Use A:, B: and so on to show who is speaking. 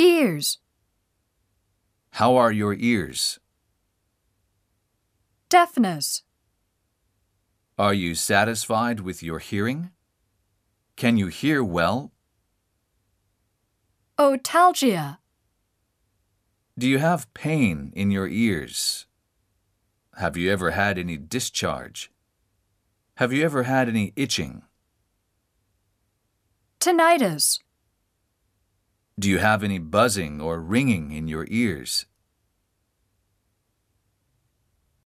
A: Ears.
B: How are your ears?
A: Deafness.
B: Are you satisfied with your hearing? Can you hear well?
A: Otalgia.
B: Do you have pain in your ears? Have you ever had any discharge? Have you ever had any itching?
A: Tinnitus.
B: Do you have any buzzing or ringing in your ears?